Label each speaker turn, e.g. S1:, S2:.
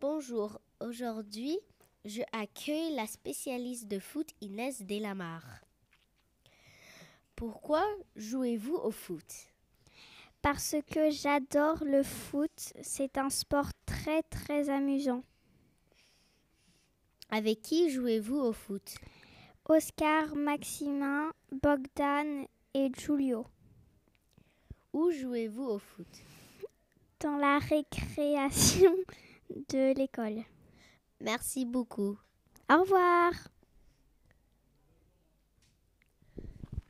S1: Bonjour, aujourd'hui je accueille la spécialiste de foot Inès Delamare. Pourquoi jouez-vous au foot
S2: Parce que j'adore le foot, c'est un sport très très amusant.
S1: Avec qui jouez-vous au foot
S2: Oscar, Maximin, Bogdan et Giulio.
S1: Où jouez-vous au foot
S2: Dans la récréation de l'école.
S1: Merci beaucoup.
S2: Au revoir